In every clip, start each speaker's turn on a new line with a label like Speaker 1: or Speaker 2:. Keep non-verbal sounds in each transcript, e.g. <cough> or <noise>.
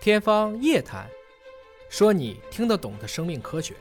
Speaker 1: 天方夜谭，说你听得懂的生命科学。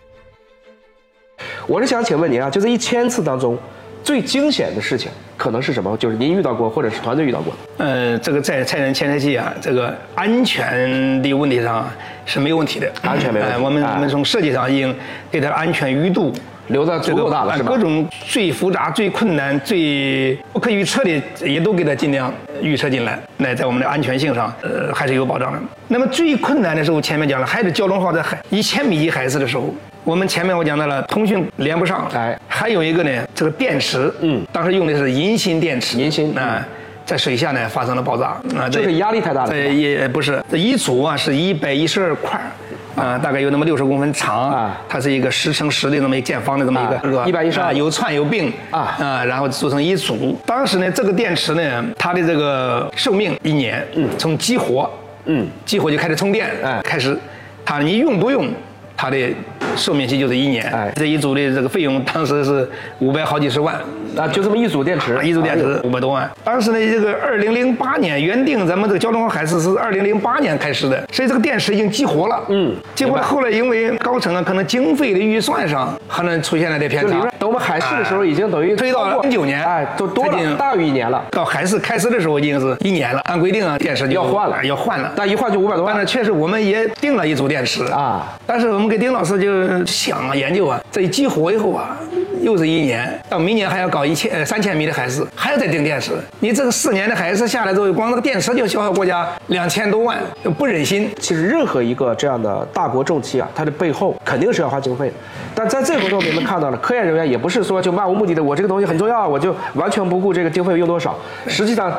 Speaker 2: 我是想请问您啊，就这一千次当中，最惊险的事情可能是什么？就是您遇到过，或者是团队遇到过的。
Speaker 3: 呃，这个在菜园潜水器啊，这个安全的问题上啊是没有问题的，
Speaker 2: 安全没问题
Speaker 3: 呃我们
Speaker 2: 哎
Speaker 3: 我们从设计上已经对它的安全余度
Speaker 2: 留得足够大了
Speaker 3: 呃
Speaker 2: 是吧
Speaker 3: 各种最复杂、最困难、最不可预测的，也都给它尽量预测进来，那在我们的安全性上，呃，还是有保障的。那么最困难的时候，前面讲了，还是交通号在海一千 <laughs> 米一海时的时候。我们前面我讲到了，通讯连不上，
Speaker 2: 哎
Speaker 3: 还有一个呢，这个电池，
Speaker 2: 嗯
Speaker 3: 当时用的是银芯电池，
Speaker 2: 银芯
Speaker 3: 啊、
Speaker 2: 嗯
Speaker 3: 在水下呢发生了爆炸，啊、
Speaker 2: 这个压力太大了
Speaker 3: 这也不是，这一组啊是一百一十二块儿，啊、大概有那么六十公分长，
Speaker 2: 啊
Speaker 3: 它是一个十乘十的那么一见方的这么一个
Speaker 2: 啊
Speaker 3: 这个，
Speaker 2: 112
Speaker 3: 啊有串有并
Speaker 2: 啊
Speaker 3: 然后组成一组。当时呢，这个电池呢，它的这个寿命一年，嗯，从激活，
Speaker 2: 嗯，
Speaker 3: 激活就开始充电，
Speaker 2: 哎
Speaker 3: 开始，它你用不用，它的寿命期就是一年，
Speaker 2: 哎
Speaker 3: 这一组的这个费用当时是五百好几十万，
Speaker 2: 啊，就这么一组电池，
Speaker 3: 一组电
Speaker 2: 哎
Speaker 3: 池
Speaker 2: 呦
Speaker 3: 五百多万。当时呢，这个二零零八年原定咱们这个交通海事是二零零八年开始的，所以这个电池已经激活了。
Speaker 2: 嗯
Speaker 3: 结果
Speaker 2: 明白
Speaker 3: 后来因为高层啊，可能经费的预算上可能出现了这偏
Speaker 2: 就里
Speaker 3: 差
Speaker 2: 面。等我们海试的时候，已经等于
Speaker 3: 啊哎推到了
Speaker 2: 超过
Speaker 3: 09年
Speaker 2: 哎，都多
Speaker 3: 它已
Speaker 2: 了
Speaker 3: 经
Speaker 2: 大于一年了，
Speaker 3: 到海事开始的时候已经是一年了，按规定啊，电池就
Speaker 2: 要换了
Speaker 3: 要换了。
Speaker 2: 但一换就五百多
Speaker 3: 但
Speaker 2: 万
Speaker 3: 是确实我们也定了一组电池
Speaker 2: 啊，
Speaker 3: 但是我们给丁老师就想啊研究啊，这一激活以后啊，又是一年，到明年还要搞一千呃三千米的海试，还要再定电池。你这个四年的海试下来之后，光那个电池就消耗国家两千多万，不忍心。
Speaker 2: 其实任何一个这样的大国重器啊，它的背后肯定是要花经费的。但在这个过程中，我们看到了科研人员也不是说就漫无目的的，我这个东西很重要，我就完全不顾这个经费用多少，实际上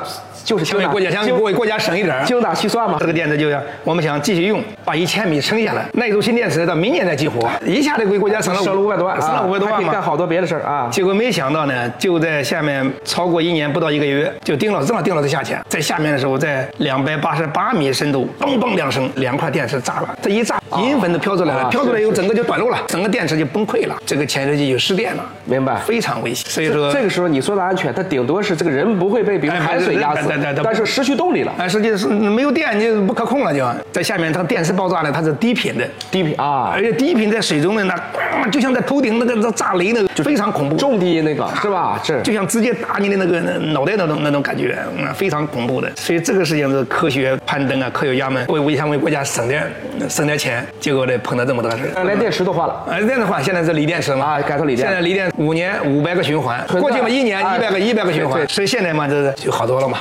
Speaker 2: 就是
Speaker 3: 想
Speaker 2: 精
Speaker 3: 给
Speaker 2: 打
Speaker 3: 国家想给
Speaker 2: 精
Speaker 3: 国家省一点儿。
Speaker 2: 精打细算嘛
Speaker 3: 这。个电池就要我们想继续用，把一千米撑下来，那一组新电池到明年再激活，一下子给国家省了
Speaker 2: 省了五百多万，
Speaker 3: 省了五百多
Speaker 2: 啊还
Speaker 3: 万
Speaker 2: 可以
Speaker 3: 嘛
Speaker 2: 干。好多别的事儿啊。
Speaker 3: 结果没想到呢，就在下面超过一年不到一个月，就丁老师正好丁老师下潜，在下面的时候，在两百八十八米深度，嘣嘣两声，两块电池炸了，这一炸，银粉都飘出来了，
Speaker 2: 啊
Speaker 3: 飘出来以后
Speaker 2: 是
Speaker 3: 整个就短路了，整个电池就崩溃了，这个潜水器就失电了，
Speaker 2: 明白
Speaker 3: 非常危险。所以
Speaker 2: 这
Speaker 3: 说
Speaker 2: 这个时候你说的安全，它顶多是这个人不会被比如
Speaker 3: 哎
Speaker 2: 海水压死
Speaker 3: 对对对，对
Speaker 2: 但是失去动力了。
Speaker 3: 啊，实际是没有电就不可控了就，在下面它电池爆炸呢，它是低频的，
Speaker 2: 低频啊
Speaker 3: 而，且低频在水中呢，那咣就像在头顶那个炸雷那个，非常恐怖。
Speaker 2: 重低音那个是吧？是
Speaker 3: 哎就像直接打你的那个那脑袋那种那种感觉，嗯，非常恐怖的。所以这个事情是科学攀登啊，科学家们为为想为国家省点省点钱，结果呢碰到这么多事儿。
Speaker 2: 连电池都换了。
Speaker 3: 啊，这样的话，现在是锂电池嘛？
Speaker 2: 啊改成锂电
Speaker 3: 现在锂电五年五百个循环，过去嘛一年
Speaker 2: 啊
Speaker 3: 一百个一百个循
Speaker 2: 对
Speaker 3: 环，
Speaker 2: 对
Speaker 3: 所以现在嘛，这就好多了嘛。